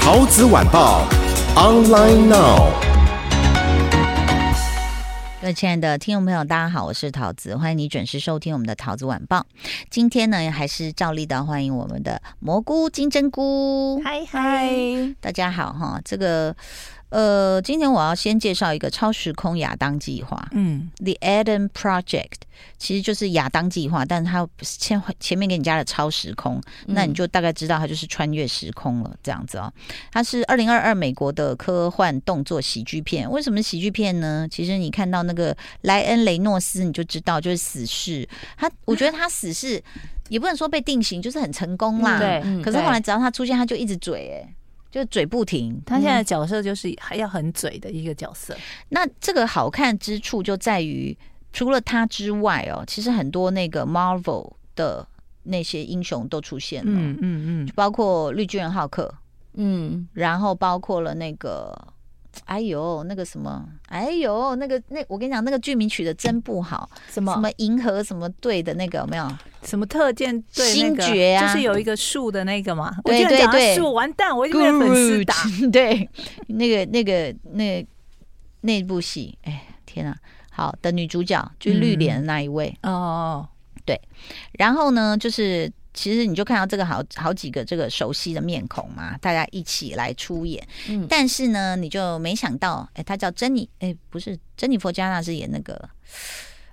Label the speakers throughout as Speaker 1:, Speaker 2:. Speaker 1: 桃子晚报，online now。
Speaker 2: 各位亲爱的听众朋友，大家好，我是桃子，欢迎你准时收听我们的桃子晚报。今天呢，还是照例的欢迎我们的蘑菇金针菇，
Speaker 3: 嗨嗨，
Speaker 2: 大家好哈。这个呃，今天我要先介绍一个超时空亚当计划，
Speaker 3: 嗯，
Speaker 2: The Adam Project 其实就是亚当计划，但是它前前面给你加了超时空，
Speaker 3: 嗯
Speaker 2: 那你就大概知道它就是穿越时空了这样子哦。它是二零二二美国的科幻动作喜剧片。为什么喜剧片呢？其实你看到那个莱恩雷诺斯，你就知道就是死侍。他我觉得他死侍也不能说被定型，就是很成功啦。
Speaker 3: 嗯对
Speaker 4: 嗯
Speaker 2: 可是后来只要他出现，他就一直嘴哎、就嘴不停，
Speaker 3: 他现在的角色就是还要很嘴的一个角色，
Speaker 2: 那这个好看之处就在于，除了他之外哦，其实很多那个 Marvel 的那些英雄都出现了，
Speaker 3: 嗯嗯嗯，
Speaker 2: 包括绿巨人浩克，
Speaker 4: 嗯，
Speaker 2: 然后包括了那个，哎呦，那个什么，哎呦，那个那我跟你讲，那个剧名取的真不好，
Speaker 4: 什
Speaker 2: 什
Speaker 4: 么
Speaker 2: 么银河什么队的那个有没有？
Speaker 3: 什么特件对那个
Speaker 2: 星爵啊
Speaker 3: 就是有一个树的那个嘛，我居
Speaker 2: 对
Speaker 3: 然讲
Speaker 2: 对对
Speaker 3: 到树，完蛋，我已经被粉丝打，
Speaker 2: 对，那个那个那那部戏，哎，天啊，好的女主角就是
Speaker 3: 嗯
Speaker 2: 绿脸的那一位，
Speaker 3: 哦，
Speaker 2: 然后呢，就是其实你就看到这个好好几个这个熟悉的面孔嘛，大家一起来出演。
Speaker 4: 嗯
Speaker 2: 但是呢，你就没想到，哎，他叫珍妮，哎，不是珍妮佛加纳是演那个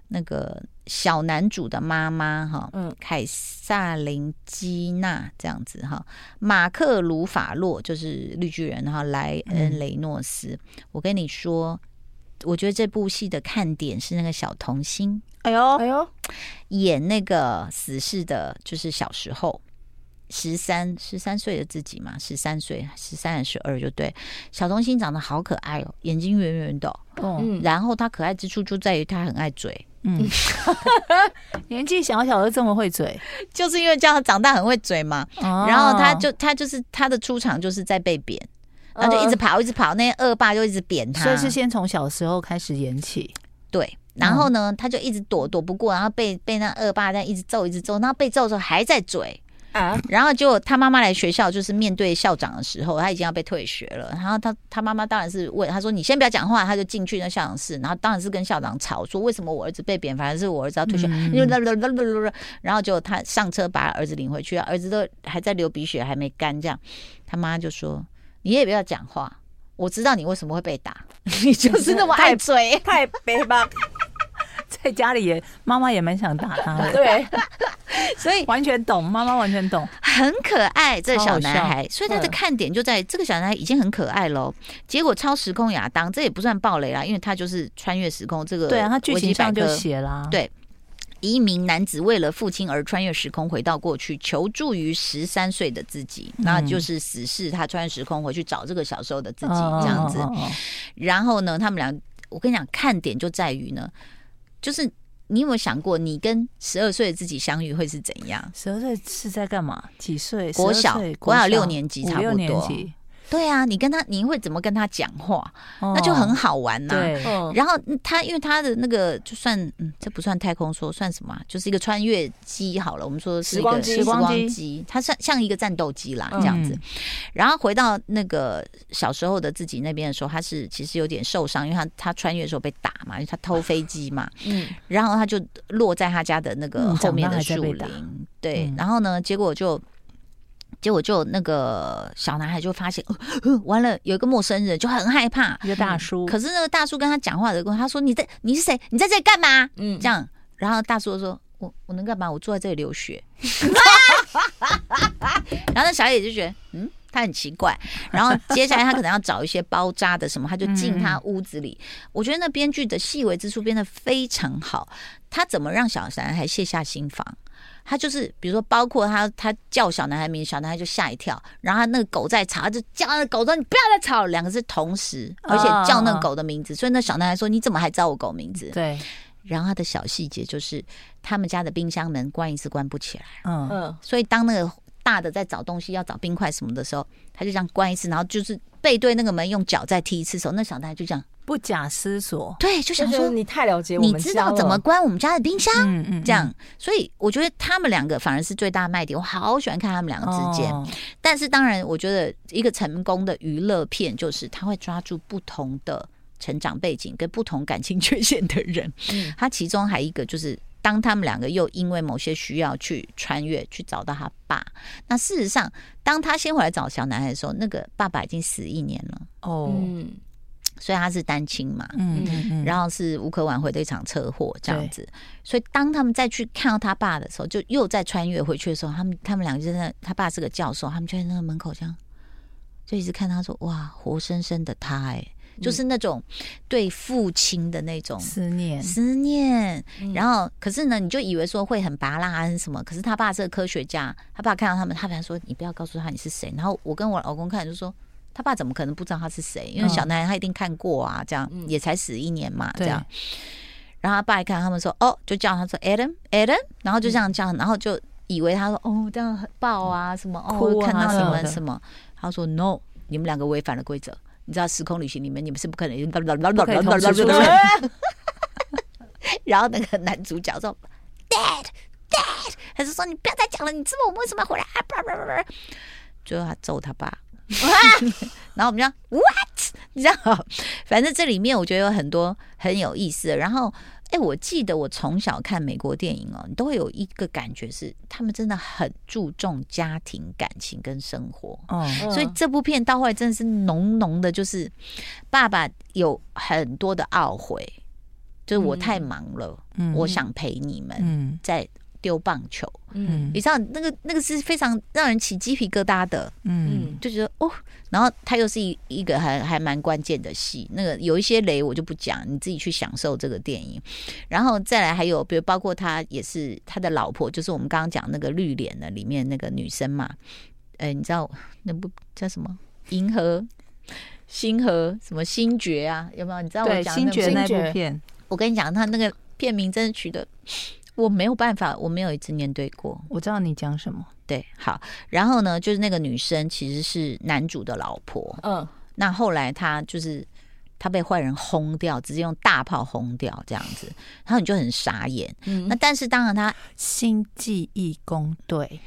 Speaker 2: 那个小男主的妈妈哈，
Speaker 4: 嗯
Speaker 2: 凯撒琳基娜这样子哈，马克鲁法洛就是绿巨人哈，莱
Speaker 4: 嗯
Speaker 2: 恩雷诺斯，我跟你说。我觉得这部戏的看点是那个小童星，
Speaker 3: 哎呦，
Speaker 4: 哎呦，
Speaker 2: 演那个死侍的，就是小时候十三十三岁的自己嘛，十三岁十三还是十二就对。小童星长得好可爱哦，眼睛圆圆的哦、
Speaker 3: 哦，
Speaker 4: 嗯，
Speaker 2: 然后他可爱之处就在于他很爱嘴，
Speaker 3: 嗯，年纪小小就这么会嘴， 哦
Speaker 2: 就是因为这样长大很会嘴嘛。然
Speaker 3: 然
Speaker 2: 后他就他就是他的出场就是在被扁，然后就一直跑一直跑，那些恶霸就一直扁他，
Speaker 3: 所以是先从小时候开始演起，
Speaker 2: 对。然后呢，他就一直躲躲不过，然后被被那恶霸这样一直揍一直揍，然后被揍的时候还在嘴，
Speaker 4: 啊，
Speaker 2: 然后结果他妈妈来学校，就是面对校长的时候，他已经要被退学了。然后他他妈妈当然是问他说：“你先不要讲话。”他就进去那校长室，然后当然是跟校长吵说：“为什么我儿子被贬，反而是我儿子要退学？”然后就他上车把儿子领回去，儿子都还在流鼻血，还没干，这样他妈就说：“你也不要讲话，我知道你为什么会被打，你就是那么爱嘴。”
Speaker 4: 太悲吧，
Speaker 3: 在家里也妈妈也蛮想打他的，
Speaker 4: 对，
Speaker 2: 所以
Speaker 3: 完全懂，妈妈完全懂，
Speaker 2: 很可爱，这个
Speaker 3: 超
Speaker 2: 小
Speaker 3: 好
Speaker 2: 男
Speaker 3: 笑
Speaker 2: 孩，所以他的
Speaker 4: 嗯
Speaker 2: 看点就在这个小男孩已经很可爱喽。结果超时空亚当，这也不算暴雷啦，因为他就是穿越时空。这个
Speaker 3: 对啊，他剧
Speaker 2: 维基
Speaker 3: 情上
Speaker 2: 百
Speaker 3: 就
Speaker 2: 科
Speaker 3: 写啦，
Speaker 2: 对一名男子为了父亲而穿越时空回到过去，求助于十三岁的自己，
Speaker 3: 嗯
Speaker 2: 那就是死侍，他穿越时空回去找这个小时候的自己
Speaker 3: 哦
Speaker 2: 这样子。
Speaker 3: 哦哦哦
Speaker 2: 然后呢，他们俩，我跟你讲，看点就在于呢，就是你有没有想过，你跟十二岁的自己相遇会是怎样？
Speaker 3: 十二岁是在干嘛？几岁？
Speaker 2: 国小
Speaker 3: 12岁
Speaker 2: 国小六年级
Speaker 3: 五
Speaker 2: 差不多
Speaker 3: 六年级，
Speaker 2: 对啊，你跟他，你会怎么跟他讲话？
Speaker 3: 那
Speaker 2: 那就很好玩呐、
Speaker 3: 哦对，
Speaker 4: 嗯，
Speaker 2: 然后嗯他因为他的那个就算嗯，这不算太空梭，算什么啊、就是一个穿越机好了，我们说是一个
Speaker 4: 时
Speaker 2: 时
Speaker 3: 光机
Speaker 2: 光机，它像像一个战斗机啦
Speaker 4: 嗯
Speaker 2: 这样子。然后回到那个小时候的自己那边的时候，他是其实有点受伤，因为他他穿越的时候被打嘛，因为他偷飞机嘛，
Speaker 4: 嗯，
Speaker 2: 然后他就落在他家的那个
Speaker 3: 嗯
Speaker 2: 后面的
Speaker 3: 长
Speaker 2: 树
Speaker 3: 大还在被打
Speaker 2: 林，对
Speaker 3: 嗯，
Speaker 2: 然后呢，结果就。结果就那个小男孩就发现，呃呃完了有一个陌生人，就很害怕，嗯
Speaker 3: 一个大叔，
Speaker 2: 可是那个大叔跟他讲话的时候，他说：“你在你是谁？你在这里干嘛？”
Speaker 4: 嗯
Speaker 2: 这样，然后大叔就说：“我我能干嘛？我坐在这里流血。” 然后那小野就觉得，嗯，他很奇怪。然后接下来他可能要找一些包扎的什么，他就进他屋子里。我觉得那编剧的细微之处编得非常好，他怎么让小男孩卸下心防？他就是比如说，包括他他叫小男孩名，小男孩就吓一跳，然后他那个狗在吵，他就叫那个狗说：“你不要再吵！”两个是同时，而且叫那个狗的名字，所以那小男孩说：“你怎么还叫我狗名字
Speaker 3: 对，？”
Speaker 2: 然后他的小细节就是，他们家的冰箱门关一次关不起来，
Speaker 3: 嗯，
Speaker 4: 嗯，
Speaker 2: 所以当那个大的在找东西要找冰块什么的时候，他就这样关一次，然后就是背对那个门用脚再踢一次手，那小男孩就这样，
Speaker 3: 不假思索，
Speaker 2: 对，就
Speaker 4: 就
Speaker 2: 想
Speaker 4: 觉
Speaker 2: 说
Speaker 4: 得你太了解我
Speaker 2: 你
Speaker 4: 们
Speaker 2: 知
Speaker 4: 家
Speaker 2: 道
Speaker 4: 了
Speaker 2: 怎么关我们家的冰箱。
Speaker 3: 嗯嗯
Speaker 2: 这样，所以我觉得他们两个反而是最大的卖点。我好喜欢看他们两个之间，
Speaker 3: 哦
Speaker 2: 但是当然，我觉得一个成功的娱乐片就是他会抓住不同的成长背景跟不同感情缺陷的人。
Speaker 4: 嗯
Speaker 2: 他其中还一个就是，当他们两个又因为某些需要去穿越去找到他爸，那事实上，当他先回来找小男孩的时候，那个爸爸已经死一年了，
Speaker 3: 哦，
Speaker 4: 嗯
Speaker 2: 所以他是单亲嘛。
Speaker 3: 嗯嗯嗯，
Speaker 2: 然后是无可挽回的一场车祸这样子。所以当他们再去看到他爸的时候，就又再穿越回去的时候，他们他们两个就在那他爸是个教授，他们就在那个门口这样，就一直看他说：“哇，活生生的他、哎，就是那种对父亲的那种。”
Speaker 3: 思念，
Speaker 2: 思念，
Speaker 4: 嗯
Speaker 2: 然后可是呢，你就以为说会很拔辣啊还是什么，可是他爸是个科学家，他爸看到他们，他本来说你不要告诉他你是谁，然后我跟我老公看就说。他爸怎么可能不知道他是谁？因为
Speaker 3: 嗯
Speaker 2: 小男孩他一定看过啊，这样、
Speaker 4: 嗯
Speaker 2: 也才死一年嘛，这
Speaker 3: 对
Speaker 2: 样。然后他爸一看他们说哦，就叫他说 Adam Adam，然后就这样叫，然后就以为他说哦这样很抱啊什么哦
Speaker 3: 哭啊
Speaker 2: 看到你
Speaker 3: 什么
Speaker 2: 们
Speaker 3: 的
Speaker 2: 什么，他说 No，你们两个违反了规则。你知道时空旅行里面你们是不可能，
Speaker 3: 不可以同时 出现，
Speaker 2: 然后那个男主角说：“Dad，Dad。”他就说：“你不要再讲了，你知道我们为什么要回来啊？”叭叭叭叭。最后他揍他爸， 然后我们就 What？你知道，反正这里面我觉得有很多很有意思的。然后，哎，我记得我从小看美国电影哦，你都会有一个感觉是，他们真的很注重家庭感情跟生活。
Speaker 3: 哦，
Speaker 4: 嗯
Speaker 2: 所以这部片到后来真的是浓浓的，就是爸爸有很多的懊悔，就是我太忙了，
Speaker 3: 嗯
Speaker 2: 我，想陪你们
Speaker 3: 嗯
Speaker 2: 在丢棒球，
Speaker 4: 嗯
Speaker 3: 嗯
Speaker 2: 你知道那个那个是非常让人起鸡皮疙瘩的，
Speaker 3: 嗯
Speaker 4: 嗯，
Speaker 2: 就觉得哦，然后它又是一一个还还蛮关键的戏，那个有一些雷我就不讲，你自己去享受这个电影。然后再来还有，比如包括他也是他的老婆，就是我们刚刚讲那个绿脸的里面那个女生嘛，呃，你知道那部叫什么《银河》。星河什么星爵啊？有没有？你知道我
Speaker 3: 对，
Speaker 2: 讲
Speaker 3: 星
Speaker 2: 爵
Speaker 3: 爵那
Speaker 4: 星爵
Speaker 3: 部片，
Speaker 2: 我跟你讲，他那个片名真的取得，我没有办法，我没有一次面对过。
Speaker 3: 我知道你讲什么，
Speaker 2: 对，好，然后呢，就是那个女生其实是男主的老婆，
Speaker 4: 嗯
Speaker 2: 那后来她就是她被坏人轰掉，直接用大炮轰掉这样子，然后你就很傻眼。
Speaker 4: 嗯，
Speaker 2: 那
Speaker 4: 那
Speaker 2: 但是当然她
Speaker 3: 星际义工队，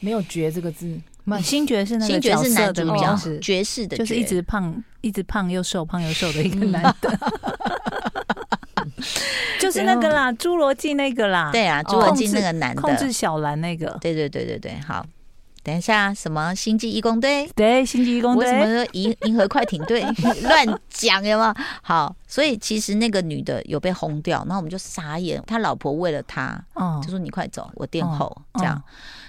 Speaker 4: 没有绝这个字，
Speaker 3: 不，星爵是那
Speaker 2: 星
Speaker 3: 个
Speaker 2: 爵
Speaker 3: 角
Speaker 2: 是男
Speaker 3: 色
Speaker 2: 主
Speaker 3: 的名
Speaker 2: 角哦
Speaker 3: 字，
Speaker 2: 爵士的
Speaker 3: 就是
Speaker 2: 爵
Speaker 3: 一直胖，一直胖又瘦，胖又瘦的一个男的， 就是那个啦，《侏罗纪》那个啦，
Speaker 2: 对啊，
Speaker 4: 哦
Speaker 2: 侏罗纪那个男的，
Speaker 3: 控制小兰那个，
Speaker 2: 对对对对对，好，等一下什么星际义工队？
Speaker 3: 对，星际义工
Speaker 2: 我
Speaker 3: 队
Speaker 2: 怎么，说银银河快艇 队乱讲有没有？好，所以其实那个女的有被轰掉，然后我们就傻眼，他老婆为了他
Speaker 3: 哦
Speaker 2: 就说你快走，我殿后、
Speaker 3: 嗯
Speaker 2: 这样。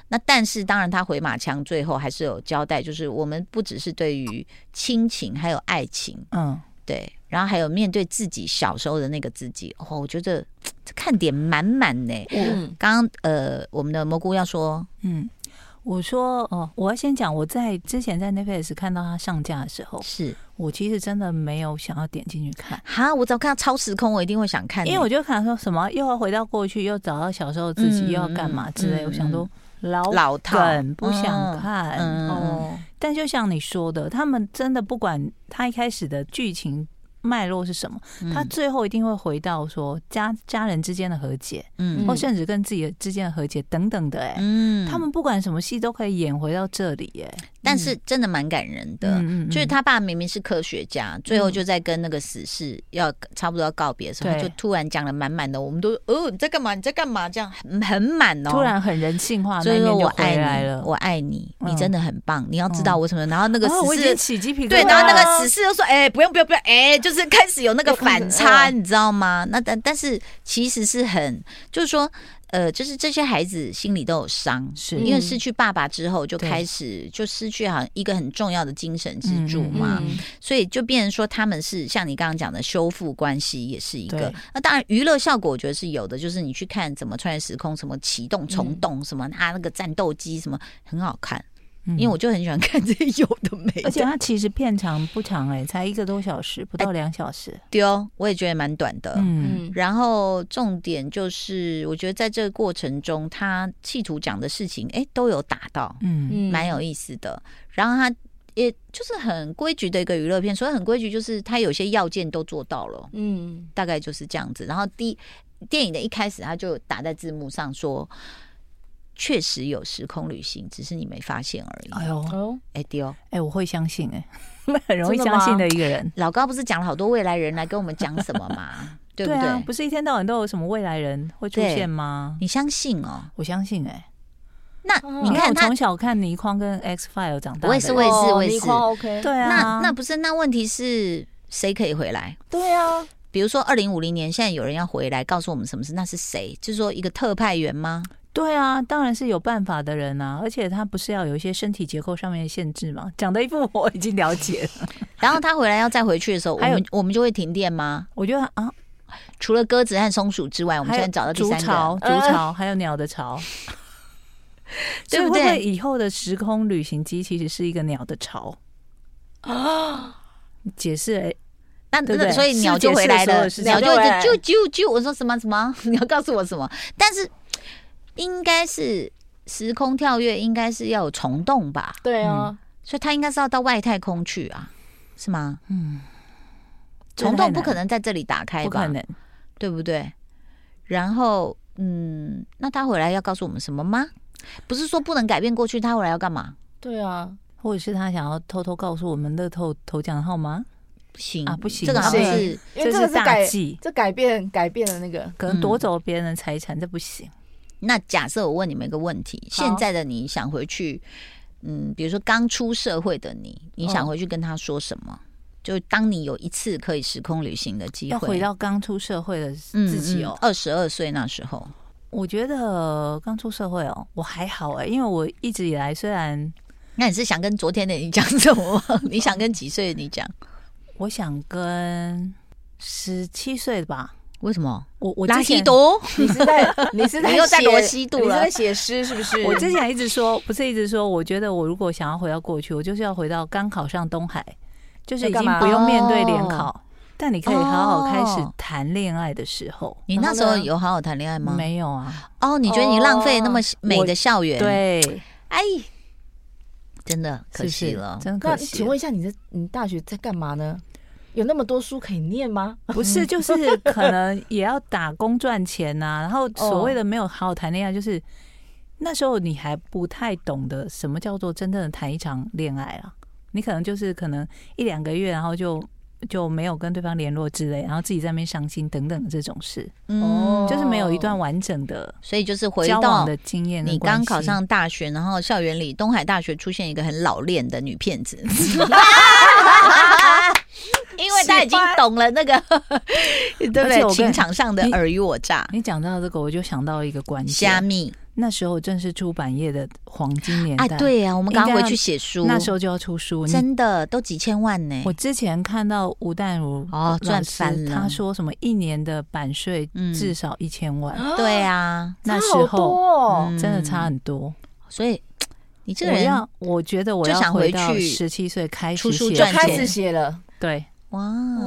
Speaker 2: 那但是当然，他回马枪最后还是有交代，就是我们不只是对于亲情，还有爱情，
Speaker 3: 嗯，
Speaker 2: 对，然后还有面对自己小时候的那个自己。哦，我觉得嘖这看点满满呢。
Speaker 4: 嗯
Speaker 2: 刚刚呃，我们的蘑菇要说，
Speaker 3: 嗯，我说哦，我要先讲，我在之前在 Netflix 看到它上架的时候，
Speaker 2: 是
Speaker 3: 我其实真的没有想要点进去看，
Speaker 2: 哈，我只要看到超时空，我一定会想看呢，
Speaker 3: 因为我就看说什么又要回到过去，又找到小时候自己，
Speaker 2: 嗯
Speaker 3: 又要干嘛之类，
Speaker 2: 嗯
Speaker 3: 我想说老
Speaker 2: 老套
Speaker 3: 梗不想看。
Speaker 2: 嗯
Speaker 4: 哦，
Speaker 3: 但就像你说的，他们真的不管他一开始的剧情脉络是什么，
Speaker 2: 嗯
Speaker 3: 他最后一定会回到说家家人之间的和解，
Speaker 2: 嗯
Speaker 3: 或甚至跟自己的之间的和解等等的、欸。哎、
Speaker 2: 嗯
Speaker 3: 他们不管什么戏都可以演回到这里、欸，哎，
Speaker 2: 但是真的蛮感人的。
Speaker 3: 嗯
Speaker 2: 就是，他爸明明是科学家，最后就在跟那个死士要差不多要告别的时候，他
Speaker 3: 对
Speaker 2: 就突然讲了满满的，我们都哦你在干嘛？你在干嘛？这样很很满哦。
Speaker 3: 突然很人性化，
Speaker 2: 所
Speaker 3: 那
Speaker 2: 以
Speaker 3: 一
Speaker 2: 说
Speaker 3: 面
Speaker 2: 我
Speaker 3: 就回
Speaker 2: 爱
Speaker 3: 来
Speaker 2: 你，
Speaker 3: 了。
Speaker 2: 我爱你，
Speaker 3: 嗯
Speaker 2: 你真的很棒，你要知道我什么。然后那个
Speaker 3: 啊我已经
Speaker 2: 死士
Speaker 3: 起鸡皮疙瘩
Speaker 2: 对，
Speaker 3: 了
Speaker 2: 然后那个死士就说：“哎，不用不用不用，哎，就是
Speaker 3: 嗯
Speaker 2: 开始有那个反差，
Speaker 4: 有
Speaker 2: 你知道吗？那但但是其实是很，就是说，呃，就是这些孩子心里都有伤，
Speaker 3: 是
Speaker 2: 因为
Speaker 4: 嗯
Speaker 2: 失去爸爸之后就
Speaker 3: 对
Speaker 2: 开始就失去好像一个很重要的精神支柱
Speaker 3: 嗯
Speaker 2: 嘛，所以就变成说他们是像你刚刚讲的修复关系也是一个
Speaker 3: 对。
Speaker 2: 那当然娱乐效果我觉得是有的，就是你去看怎么穿越时空，什么启动虫洞，什么啊拿那个战斗机什么很好看，
Speaker 3: 嗯
Speaker 2: 因为我就很喜欢看这些有的没
Speaker 3: 而且
Speaker 2: 的。
Speaker 3: 它其实片长不长哎、才一个多小时，
Speaker 2: 哎
Speaker 3: 不到两小时。
Speaker 2: 丢，哦我也觉得蛮短的。
Speaker 3: 嗯，
Speaker 4: 嗯
Speaker 2: 然后重点就是，我觉得在这个过程中，他企图讲的事情，哎，都有打到，
Speaker 3: 嗯
Speaker 4: 嗯
Speaker 2: 蛮有意思的。然后他也就是很规矩的一个娱乐片，所以很规矩，就是他有些要件都做到了，
Speaker 4: 嗯
Speaker 2: 大概就是这样子。然后第一电影的一开始，他就打在字幕上说。确实有时空旅行，只是你没发现而已。
Speaker 3: 哎呦，
Speaker 4: 哦，
Speaker 2: 哎丢，
Speaker 3: 哎，我会相信哎、 很容易
Speaker 4: 真的吗
Speaker 3: 相信的一个人。
Speaker 2: 老高不是讲了好多未来人来跟我们讲什么 嘛，对不对？
Speaker 3: 啊，不是一天到晚都有什么未来人会出
Speaker 2: 对
Speaker 3: 现吗？
Speaker 2: 你相信哦？
Speaker 3: 我相信哎、
Speaker 2: 那
Speaker 4: 哦
Speaker 2: 嗯你
Speaker 3: 你看
Speaker 2: 看
Speaker 3: 我
Speaker 2: 他
Speaker 3: 从小看倪匡跟 X File 长大的，
Speaker 2: 我也是我也是
Speaker 4: 哦
Speaker 2: 我也
Speaker 4: 倪
Speaker 2: 是
Speaker 4: 匡 OK，
Speaker 3: 对啊，
Speaker 2: 那那不是那问题是谁可以回来？
Speaker 4: 对啊，
Speaker 2: 比如说二零五零年，现在有人要回来告诉我们什么事，那是谁？就是说一个特派员吗？
Speaker 3: 对啊，当然是有办法的人啊，而且他不是要有一些身体结构上面的限制吗？讲的一副我已经了解了，
Speaker 2: 然后他回来要再回去的时候，我
Speaker 3: 还有
Speaker 2: 们我们就会停电吗？
Speaker 3: 我觉得啊，
Speaker 2: 除了鸽子和松鼠之啊外，我们
Speaker 3: 还
Speaker 2: 现
Speaker 3: 有
Speaker 2: 在找到第
Speaker 3: 筑
Speaker 2: 三
Speaker 3: 巢、
Speaker 2: 个，呃
Speaker 3: 筑巢，还有鸟的巢，
Speaker 2: 对
Speaker 3: 所以会
Speaker 2: 不
Speaker 3: 不会
Speaker 2: 对？
Speaker 3: 以后的时空旅行机其实是一个鸟的巢
Speaker 2: 哦
Speaker 3: 啊？解释哎，
Speaker 2: 那
Speaker 3: 对不
Speaker 2: 那
Speaker 3: 对
Speaker 2: 所以鸟就回来了，
Speaker 3: 是解
Speaker 2: 鸟
Speaker 3: 释了所有的事情
Speaker 2: 就一
Speaker 4: 鸟就回来
Speaker 2: 直啾啾啾。我说什么什么？ 你要告诉我什么？但是应该是时空跳跃，应该是要有虫洞吧？
Speaker 4: 对啊，
Speaker 2: 所以他应该是要到外太空去啊，是吗？
Speaker 3: 嗯，
Speaker 2: 虫洞不可
Speaker 3: 能，
Speaker 2: 能在这里打开
Speaker 3: 不
Speaker 2: 吧？
Speaker 3: 可能，
Speaker 2: 对不对？然后，嗯，那他回来要告诉我们什么吗？不是说不能改变过去，他回来要干嘛？
Speaker 4: 对啊，
Speaker 3: 或者是他想要偷偷告诉我们乐透头奖号码，
Speaker 2: 不行
Speaker 3: 啊不行
Speaker 2: 这个好像是
Speaker 4: 因为这个
Speaker 3: 是
Speaker 4: 是
Speaker 3: 大
Speaker 4: 改
Speaker 3: 忌，
Speaker 4: 这改变改变了那个，
Speaker 3: 可能夺走别人的财产，这不行。
Speaker 2: 嗯那假设我问你们一个问题：
Speaker 4: 好
Speaker 2: 现在的你想回去，嗯，比如说刚出社会的你，你
Speaker 3: 嗯
Speaker 2: 想回去跟他说什么？就当你有一次可以时空旅行的机会，嗯
Speaker 3: 要回到刚出社会的自己哦，
Speaker 2: 二十二岁那时候，
Speaker 3: 我觉得刚出社会哦，我还好哎、因为我一直以来虽然
Speaker 2: 那你是想跟昨天的你讲什么 吗？你想跟几岁的你讲？
Speaker 3: 我想跟十七岁吧，
Speaker 2: 为什么？
Speaker 3: 我我
Speaker 2: 拉
Speaker 3: 之
Speaker 2: 西
Speaker 3: 前
Speaker 2: 多，
Speaker 4: 你是在 你是在
Speaker 2: 你又在
Speaker 4: 写
Speaker 2: 罗西度了
Speaker 4: 你是在写诗是不是？
Speaker 3: 我 之前一直说，不是一直说，我觉得我如果想要回到过去，我就是要回到刚考上东海，就是已
Speaker 4: 要干
Speaker 3: 经
Speaker 4: 嘛
Speaker 3: 不用面对
Speaker 2: 哦
Speaker 3: 联考，但你可以好好开始
Speaker 2: 哦
Speaker 3: 谈恋爱的时候。
Speaker 2: 你那时
Speaker 4: 然
Speaker 2: 候
Speaker 4: 后呢
Speaker 2: 有好好谈恋爱吗？
Speaker 3: 没有啊，
Speaker 2: 哦，你觉得你浪费那么
Speaker 4: 哦
Speaker 2: 美的校园？，
Speaker 3: 对，
Speaker 2: 哎，真的
Speaker 3: 是
Speaker 2: 可
Speaker 3: 不
Speaker 2: 惜
Speaker 3: 是
Speaker 2: 了。
Speaker 3: 真
Speaker 4: 那
Speaker 3: 可惜
Speaker 4: 请
Speaker 3: 了。
Speaker 4: 问一下，你在你大学在干嘛呢？有那么多书可以念吗？
Speaker 3: 不是，就是可能也要打工赚钱 呐、然后所
Speaker 2: 哦
Speaker 3: 谓的没有好好谈恋爱，就是那时候你还不太懂得什么叫做真正的谈一场恋爱啊。你可能就是可能一两个月，然后就就没有跟对方联络之类，然后自己在那边伤心等等的这种事，
Speaker 2: 嗯，
Speaker 3: 就是没有一段完整的
Speaker 2: 所以就是回
Speaker 3: 哦交往
Speaker 2: 到
Speaker 3: 的经验跟
Speaker 2: 你
Speaker 3: 关系。
Speaker 2: 刚考上大学，然后校园里东海大学出现一个很老练的女骗子， 因为她已经懂了那个，对不
Speaker 3: 而且我
Speaker 2: 对？
Speaker 3: 跟
Speaker 2: 情场上的
Speaker 3: 你
Speaker 2: 尔虞我诈。
Speaker 3: 你讲到这个，我就想到一个关
Speaker 2: 虾
Speaker 3: 键，
Speaker 2: 米，
Speaker 3: 那时候正是出版业的黄金年代，
Speaker 2: 哎，，对呀、我们刚
Speaker 3: 应该
Speaker 2: 回
Speaker 3: 要
Speaker 2: 去写书，
Speaker 3: 那时候就要出书，你
Speaker 2: 真的都几千万呢、
Speaker 3: 我之前看到吴淡如
Speaker 2: 嗯哦
Speaker 3: 老
Speaker 2: 赚
Speaker 3: 师
Speaker 2: 翻了
Speaker 3: 他说什么一年的版税
Speaker 2: 嗯
Speaker 3: 至少一千万，
Speaker 2: 对啊，
Speaker 3: 那时
Speaker 4: 差好
Speaker 3: 候、嗯
Speaker 4: 多哦
Speaker 3: 真的差很多。
Speaker 2: 所以你嗯这个
Speaker 3: 我
Speaker 2: 人
Speaker 3: 要，我觉得我
Speaker 2: 就
Speaker 3: 要
Speaker 2: 想回
Speaker 3: 到
Speaker 2: 去
Speaker 3: 十七岁开始
Speaker 2: 出书
Speaker 3: 写
Speaker 2: 赚
Speaker 4: 开
Speaker 2: 钱
Speaker 4: 始写了，
Speaker 3: 对，嗯
Speaker 2: 哇，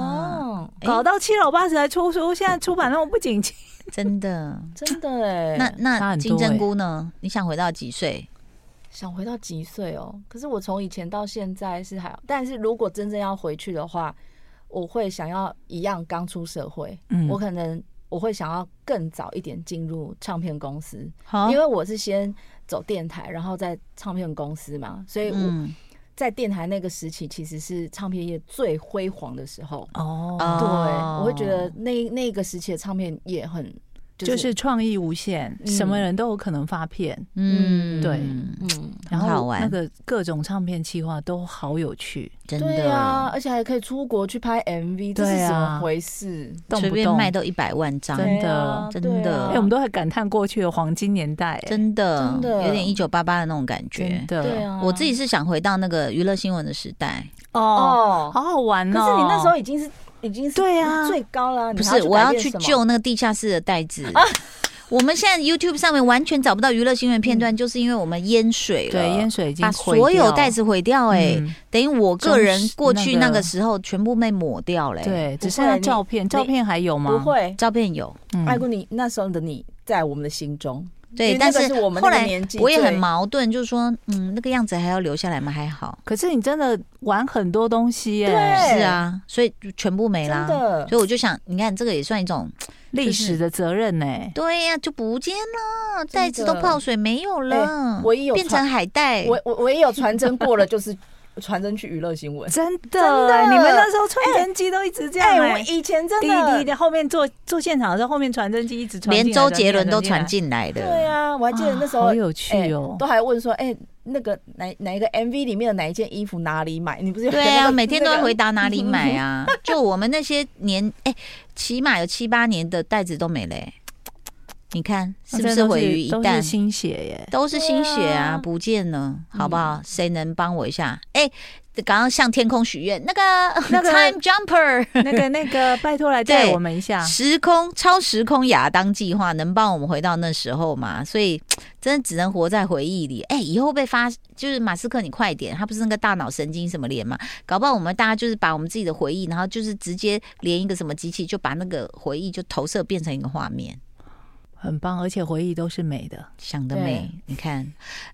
Speaker 4: 哇，
Speaker 2: 哎
Speaker 3: 搞到七老八十才出书，现在出版那么不景 气，
Speaker 2: 真的。
Speaker 4: 真的哎。
Speaker 3: 差
Speaker 2: 那那
Speaker 3: 很多
Speaker 2: 金针
Speaker 3: 欸
Speaker 2: 菇呢？你想回到几岁？
Speaker 4: 想回到几岁哦？可是我从以前到现在是还好，但是如果真正要回去的话，我会想要一样刚出社会，
Speaker 3: 嗯
Speaker 4: 我可能我会想要更早一点进入唱片公司，
Speaker 3: 好
Speaker 4: 因为我是先走电台，然后在唱片公司嘛，所以我
Speaker 2: 嗯，
Speaker 4: 在电台那个时期其实是唱片业最辉煌的时候。
Speaker 3: 哦，
Speaker 2: 哦
Speaker 4: 对，我会觉得那那个时期的唱片业很
Speaker 3: 就是创意无限，
Speaker 4: 嗯
Speaker 3: 什么人都有可能发片，
Speaker 2: 嗯，
Speaker 3: 对
Speaker 4: 嗯，
Speaker 3: 然
Speaker 2: 很好
Speaker 3: 后
Speaker 2: 玩
Speaker 3: 那个各种唱片企划都好有趣，
Speaker 2: 真
Speaker 4: 对啊，
Speaker 2: 的，
Speaker 4: 而且还可以出国去拍 MV，这是
Speaker 3: 对啊
Speaker 4: 怎么回事？
Speaker 3: 动
Speaker 2: 随
Speaker 3: 不
Speaker 2: 便
Speaker 3: 动
Speaker 2: 卖都一百万张，
Speaker 3: 真的
Speaker 4: 对啊
Speaker 2: 真
Speaker 4: 对
Speaker 2: 的
Speaker 4: 啊
Speaker 3: 哎、我们都会感叹过去的黄金年代、哎
Speaker 2: 哦真的，
Speaker 4: 真的
Speaker 2: 有点一九八八的那种感觉
Speaker 3: 真。的，
Speaker 4: 对啊，
Speaker 2: 我自己是想回到那个娱乐新闻的时代，
Speaker 3: 哦，
Speaker 4: 哦，
Speaker 3: 好好玩
Speaker 4: 可
Speaker 3: 哦。
Speaker 4: 是你那时候已经是已经是
Speaker 3: 对啊
Speaker 4: 最高了，
Speaker 2: 不
Speaker 4: 你还
Speaker 2: 是我要
Speaker 4: 改变
Speaker 2: 去
Speaker 4: 什么啊
Speaker 2: 救那个地下室的袋子。我们现在 YouTube 上面完全找不到娱乐新闻片段，就是因为我们淹水了，
Speaker 3: 嗯对淹水已经
Speaker 2: 把
Speaker 3: 毁
Speaker 2: 所有
Speaker 3: 掉
Speaker 2: 袋子毁掉，哎，
Speaker 3: 嗯
Speaker 2: 等于我个人
Speaker 3: 中时
Speaker 2: 过去
Speaker 3: 那
Speaker 2: 那
Speaker 3: 个
Speaker 2: 个时候全部被抹掉嘞。，
Speaker 3: 对，
Speaker 4: 不
Speaker 3: 只
Speaker 4: 会
Speaker 3: 剩下
Speaker 4: 你
Speaker 3: 照片，照片还有吗？
Speaker 4: 不，会。
Speaker 2: 照片有
Speaker 3: 嗯
Speaker 4: 爱过你那时候的你，在我们的心中，因
Speaker 2: 对，
Speaker 4: 为
Speaker 2: 但
Speaker 4: 那个是我们那
Speaker 2: 后
Speaker 4: 个
Speaker 2: 来
Speaker 4: 年纪
Speaker 2: 我也很
Speaker 4: 对
Speaker 2: 矛盾，就是说，嗯，那个样子还要留下来吗？还好，
Speaker 3: 可是你真的玩很多东西耶、
Speaker 4: 对
Speaker 2: 是啊，所以就全部没
Speaker 4: 真
Speaker 2: 啦。
Speaker 4: 的
Speaker 2: 所以我就想，你看这个也算一种，
Speaker 3: 历史的责任呢、
Speaker 2: 对呀、就不见了，
Speaker 4: 的
Speaker 2: 袋子都泡水没有了，
Speaker 4: 唯一哎
Speaker 2: 嗯
Speaker 4: 有
Speaker 2: 变成哎
Speaker 4: 传
Speaker 2: 海带。
Speaker 4: 我我我也有传真过了，就是 传真去娱乐新闻。
Speaker 3: 真的
Speaker 4: 真的
Speaker 3: 哎你们那时候传真机都一直这样、
Speaker 4: 哎，
Speaker 3: 哎
Speaker 4: 我
Speaker 2: 啊
Speaker 4: 以前真
Speaker 3: 滴滴滴
Speaker 4: 的，
Speaker 3: 滴，后面做做现场的时候，后面传真机一直传进来，
Speaker 2: 连周杰伦都
Speaker 3: 传
Speaker 2: 传
Speaker 3: 进
Speaker 2: 进来的，
Speaker 4: 对啊，我还
Speaker 3: 来，
Speaker 4: 记得那时
Speaker 3: 啊
Speaker 4: 候
Speaker 3: 好有趣
Speaker 4: 哎
Speaker 3: 哦。
Speaker 4: 都还问说，哎，那个哪哪一个 MV 里面的哪一件衣服哪里买？你不是有
Speaker 2: 对
Speaker 4: 那
Speaker 2: 啊，
Speaker 4: 个
Speaker 2: 每天都
Speaker 4: 那
Speaker 2: 要
Speaker 4: 个
Speaker 2: 回答哪里买 啊。就我们那些年，哎，起码有七八年的袋子都没嘞、你
Speaker 4: 哦
Speaker 2: 看是不
Speaker 3: 这
Speaker 2: 是
Speaker 3: 都
Speaker 2: 毁于一
Speaker 3: 都是
Speaker 2: 旦？
Speaker 3: 心血 耶？
Speaker 2: 都是心血
Speaker 4: 对
Speaker 2: 啊，
Speaker 4: 啊
Speaker 2: 不见了，好不好？谁能帮我一下？哎，刚刚向天空许愿，那个
Speaker 3: 那个
Speaker 2: Time Jumper
Speaker 3: 那个那个，拜托来带
Speaker 2: 对
Speaker 3: 我们一下。
Speaker 2: 时空超时空亚当计划能帮我们回到那时候吗？所以真的只能活在回忆里。哎、以后被发就是马斯克，你快点，他不是那个大脑神经什么连嘛？搞不好我们大家就是把我们自己的回忆，然后就是直接连一个什么机器，就把那个回忆就投射变成一个画面。
Speaker 3: 很棒，而且回忆都是美的。
Speaker 2: 想得
Speaker 4: 对
Speaker 2: 美，你看，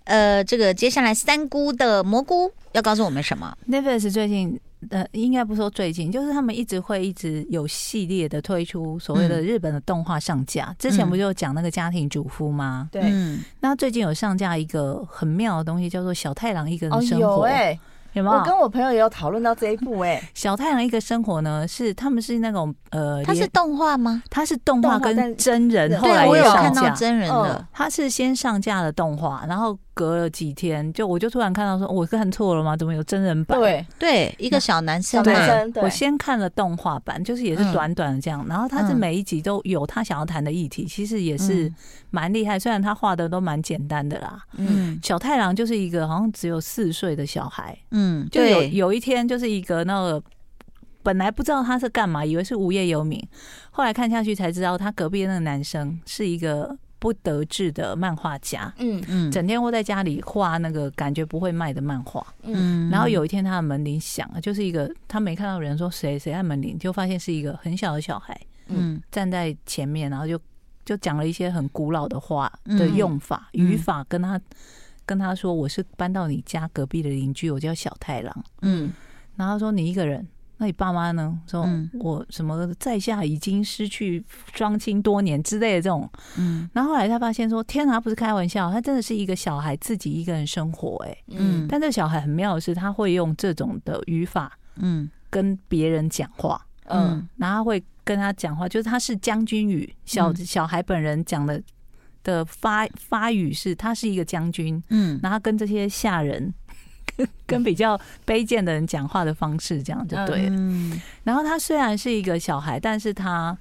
Speaker 2: 呃，这个接下来三姑的蘑菇要告诉我们什么？
Speaker 3: Netflix 最近，呃，应该不说最近，就是他们一直会一直有系列的推出所谓的
Speaker 2: 嗯
Speaker 3: 日本的动画上架。之前
Speaker 2: 嗯
Speaker 3: 不就讲那个家庭主妇吗？
Speaker 4: 对，
Speaker 2: 嗯，
Speaker 3: 那最近有上架一个很妙的东西，叫做《小太郎一个
Speaker 4: 哦
Speaker 3: 人生
Speaker 4: 有
Speaker 3: 活》，
Speaker 4: 哎，
Speaker 3: 有没
Speaker 4: 我
Speaker 3: 有？
Speaker 4: 跟我朋友也有讨论到这一部哎，
Speaker 3: 小太郎一个生活呢，是他们是那种呃，
Speaker 2: 它是
Speaker 3: 连
Speaker 2: 动画吗？
Speaker 3: 它是动
Speaker 4: 动
Speaker 3: 画
Speaker 4: 画但
Speaker 3: 跟真人，
Speaker 4: 对
Speaker 3: 后来哦
Speaker 2: 我
Speaker 3: 也
Speaker 2: 有
Speaker 3: 上
Speaker 2: 看到
Speaker 3: 架。
Speaker 2: 真人的，
Speaker 3: 它是先上架了动画，然后隔了几天，就我就突然看到说，哦我看错了吗？怎么有真人版？
Speaker 4: 对，
Speaker 2: 对，一个小男生
Speaker 4: 小
Speaker 2: 嘛，
Speaker 4: 男生对
Speaker 3: 我先看了动画版，就是也是
Speaker 2: 嗯
Speaker 3: 短短的这样，然后他是
Speaker 2: 嗯
Speaker 3: 每一集都有他想要谈的议题，其实也是蛮厉害。虽然他画的都蛮简单的啦，
Speaker 2: 嗯
Speaker 3: 小太郎就是一个好像只有四岁的小孩，
Speaker 2: 嗯，
Speaker 3: 就有
Speaker 2: 对，
Speaker 3: 有一天就是一个那个。本来不知道他是干嘛，以为是无业游民，后来看下去才知道，他隔壁的那个男生是一个不得志的漫画家，
Speaker 4: 嗯
Speaker 2: 嗯
Speaker 3: 整天窝在家里画那个感觉不会卖的漫画。
Speaker 2: 嗯
Speaker 3: 然后有一天，他的门铃响了，就是一个他没看到人，说谁谁按门铃，就发现是一个很小的小孩
Speaker 2: 嗯
Speaker 3: 站在前面，然后就就讲了一些很古老的话的用法、
Speaker 2: 嗯
Speaker 3: 语法，跟他跟他说我是搬到你家隔壁的邻居，我叫小太郎。
Speaker 2: 嗯
Speaker 3: 然后他说你一个人，那你爸妈呢？说、
Speaker 2: 嗯
Speaker 3: 我什么在下已经失去双亲多年之类的这种。
Speaker 2: 嗯
Speaker 3: 然后后来他发现说，天啊，他不是开玩笑，他真的是一个小孩自己一个人生活、欸，
Speaker 2: 嗯
Speaker 3: 但这小孩很妙的是，他会用这种的语法
Speaker 2: 嗯
Speaker 3: 跟别人讲话，
Speaker 4: 嗯
Speaker 2: 嗯
Speaker 3: 然后他会跟他讲话，就是他是将军语，小、
Speaker 2: 嗯
Speaker 3: 小孩本人讲的的发发语是，他是一个将军，
Speaker 2: 嗯
Speaker 3: 然后他跟这些下人。 跟跟比较卑贱的人讲话的方式，这样就对了。
Speaker 2: 嗯
Speaker 3: 然后他虽然是一个小孩，但是他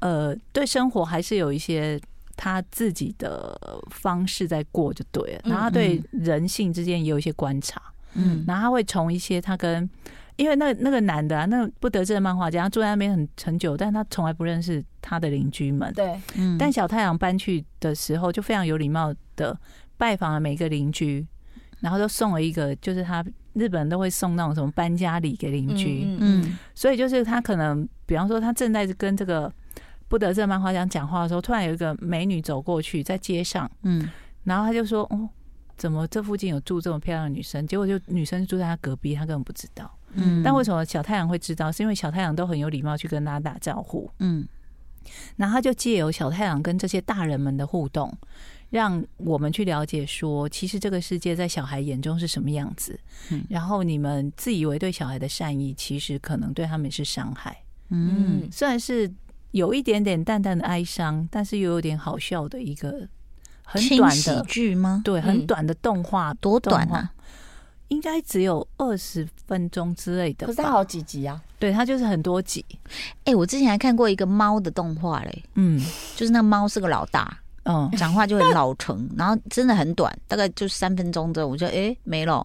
Speaker 3: 呃对生活还是有一些他自己的方式在过，就对了。
Speaker 4: 嗯
Speaker 3: 然后他对人性之间也有一些观察。
Speaker 2: 嗯
Speaker 3: 然后他会从一些他跟，因为那那个男的啊，那个不得志的漫画家，他住在那边很很久，但他从来不认识他的邻居们。
Speaker 4: 对，
Speaker 2: 嗯
Speaker 3: 但小太阳搬去的时候，就非常有礼貌的拜访了每个邻居，然后都送了一个，就是他日本人都会送那种什么搬家礼给邻居，
Speaker 2: 嗯
Speaker 3: 所以就是他可能，比方说他正在跟这个不得志的漫画家讲话的时候，突然有一个美女走过去，在街上，
Speaker 2: 嗯
Speaker 3: 然后他就说：“哦，怎么这附近有住这么漂亮的女生？”结果就女生住在他隔壁，他根本不知道。
Speaker 2: 嗯，
Speaker 3: 但为什么小太阳会知道？是因为小太阳都很有礼貌去跟大家打招呼，
Speaker 2: 嗯
Speaker 3: 然后他就借由小太阳跟这些大人们的互动，让我们去了解说，其实这个世界在小孩眼中是什么样子。
Speaker 2: 嗯
Speaker 3: 然后你们自以为对小孩的善意，其实可能对他们是伤害。
Speaker 2: 嗯
Speaker 3: 虽然是有一点点淡淡的哀伤，但是又有点好笑的一个很
Speaker 2: 轻
Speaker 3: 短
Speaker 2: 喜
Speaker 3: 的，
Speaker 2: 剧吗？
Speaker 3: 对，很
Speaker 4: 嗯
Speaker 3: 短的动画，
Speaker 2: 多短
Speaker 3: 动画
Speaker 2: 啊？
Speaker 3: 应该只有二十分钟之类的
Speaker 4: 可是它
Speaker 3: 吧。
Speaker 4: 好几集啊，
Speaker 3: 对，它就是很多集。
Speaker 2: 哎、我之前还看过一个猫的动画嘞，
Speaker 3: 嗯
Speaker 2: 就是那猫是个老大，
Speaker 3: 嗯，
Speaker 2: 讲话就很老成，然后真的很短，大概就三分钟之后，我就哎、没了，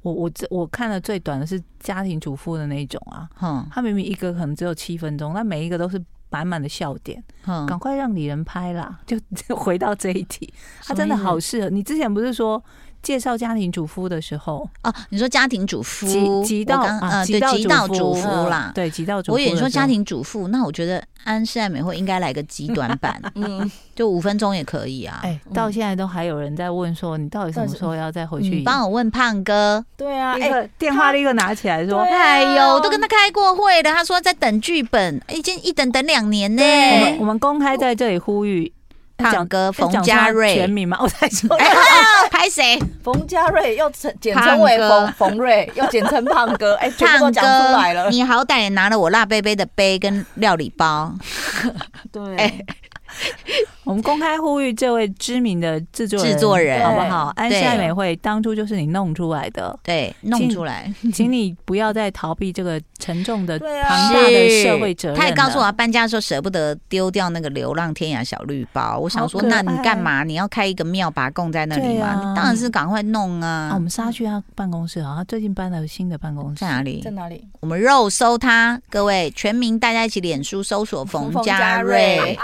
Speaker 3: 我我这我看的最短的是家庭主妇的那一种啊，
Speaker 2: 哼
Speaker 3: 它明明一个可能只有七分钟，但每一个都是满满的笑点。赶
Speaker 2: 哼，
Speaker 3: 快让李仁拍啦！就 就回到这一题，
Speaker 2: 嗯什
Speaker 3: 他
Speaker 2: 么
Speaker 3: 真的
Speaker 2: 意思
Speaker 3: 好适合。你之前不是说介绍家庭主妇的时候，
Speaker 2: 哦、你说家庭主妇，
Speaker 3: 极极道
Speaker 2: 我刚
Speaker 3: 啊，
Speaker 2: 呃对极道主妇
Speaker 3: 嗯
Speaker 2: 啦。
Speaker 3: 对极道主妇。
Speaker 2: 我有说家，庭主妇，那我觉得安室爱美惠应该来个极短 版，
Speaker 4: 嗯，
Speaker 2: 就五分钟也可以啊。
Speaker 3: 哎，到现在都还有人在问说，你到底什么时候要再回去
Speaker 2: 你？嗯帮我问胖哥，
Speaker 4: 对啊，
Speaker 3: 立
Speaker 4: 哎，
Speaker 3: 刻电话立刻拿起来说
Speaker 4: 对，啊
Speaker 2: 哎呦，我都跟他开过会了，他说在等剧本，已经一等等两年呢。
Speaker 3: 哎
Speaker 2: 哎
Speaker 3: 我们我们公开在这里呼吁
Speaker 2: 胖哥
Speaker 3: 要
Speaker 2: 冯
Speaker 3: 讲
Speaker 2: 家
Speaker 3: 他
Speaker 2: 瑞
Speaker 3: 全，名吗？ 我在说，
Speaker 2: 哎， 拍谁？
Speaker 4: 冯家瑞又简简
Speaker 2: 胖
Speaker 4: 称为
Speaker 2: 哥
Speaker 4: 冯冯瑞， 又简称胖哥，哎，全部
Speaker 2: 胖
Speaker 4: 都讲出来
Speaker 2: 哥，
Speaker 4: 了，
Speaker 2: 你好歹也拿了我辣杯杯的杯跟料理包，哎
Speaker 4: 对，
Speaker 3: 我们公开呼吁这位知名的制作
Speaker 2: 制作人
Speaker 3: 好不好？安
Speaker 2: 对
Speaker 3: 室爱美惠当初就是你弄出来的，
Speaker 2: 对，弄出来。
Speaker 3: 请你不要再逃避这个沉重的、
Speaker 4: 对啊
Speaker 3: 庞大的啊社会责任了。
Speaker 2: 他也告诉我，他搬家的时候舍不得丢掉那个流浪天涯小绿包。我想说，
Speaker 3: 好可
Speaker 2: 那
Speaker 3: 爱
Speaker 2: 你干嘛？你要开一个庙把它供在那里
Speaker 3: 对
Speaker 2: 吗？
Speaker 3: 啊
Speaker 2: 你当然是赶快弄
Speaker 3: 啊，
Speaker 2: 啊
Speaker 3: 我！们杀去他办公室啊，他最近搬了新的办公室
Speaker 2: 在。哪里
Speaker 4: 在？哪里？
Speaker 2: 我们肉搜他，各位全民大家一起脸书搜索冯家瑞，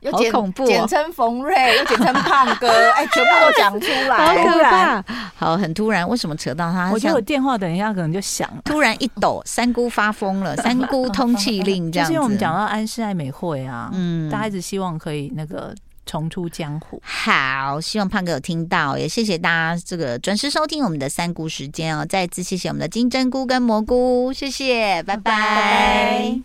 Speaker 4: 又
Speaker 2: 好
Speaker 4: 简
Speaker 2: 恐怖哦
Speaker 4: 简称冯瑞，又简称胖哥，哎，全部都讲出来，
Speaker 3: 可怕！
Speaker 2: 好，很突然，为什么扯到他？
Speaker 3: 我觉得我
Speaker 2: 像
Speaker 3: 电话等一下可能就响了，
Speaker 2: 突然一抖，三姑发疯了，三姑通气令这
Speaker 3: 就
Speaker 2: 样
Speaker 3: 是
Speaker 2: 子。
Speaker 3: 因为我们讲到安室爱美惠啊，
Speaker 2: 嗯
Speaker 3: 大家一直希望可以那个重出江湖。
Speaker 2: 好，希望胖哥有听到，也谢谢大家这个准时收听我们的三姑时间哦。再一次谢谢我们的金针菇跟蘑菇，谢谢，拜拜。
Speaker 4: 拜拜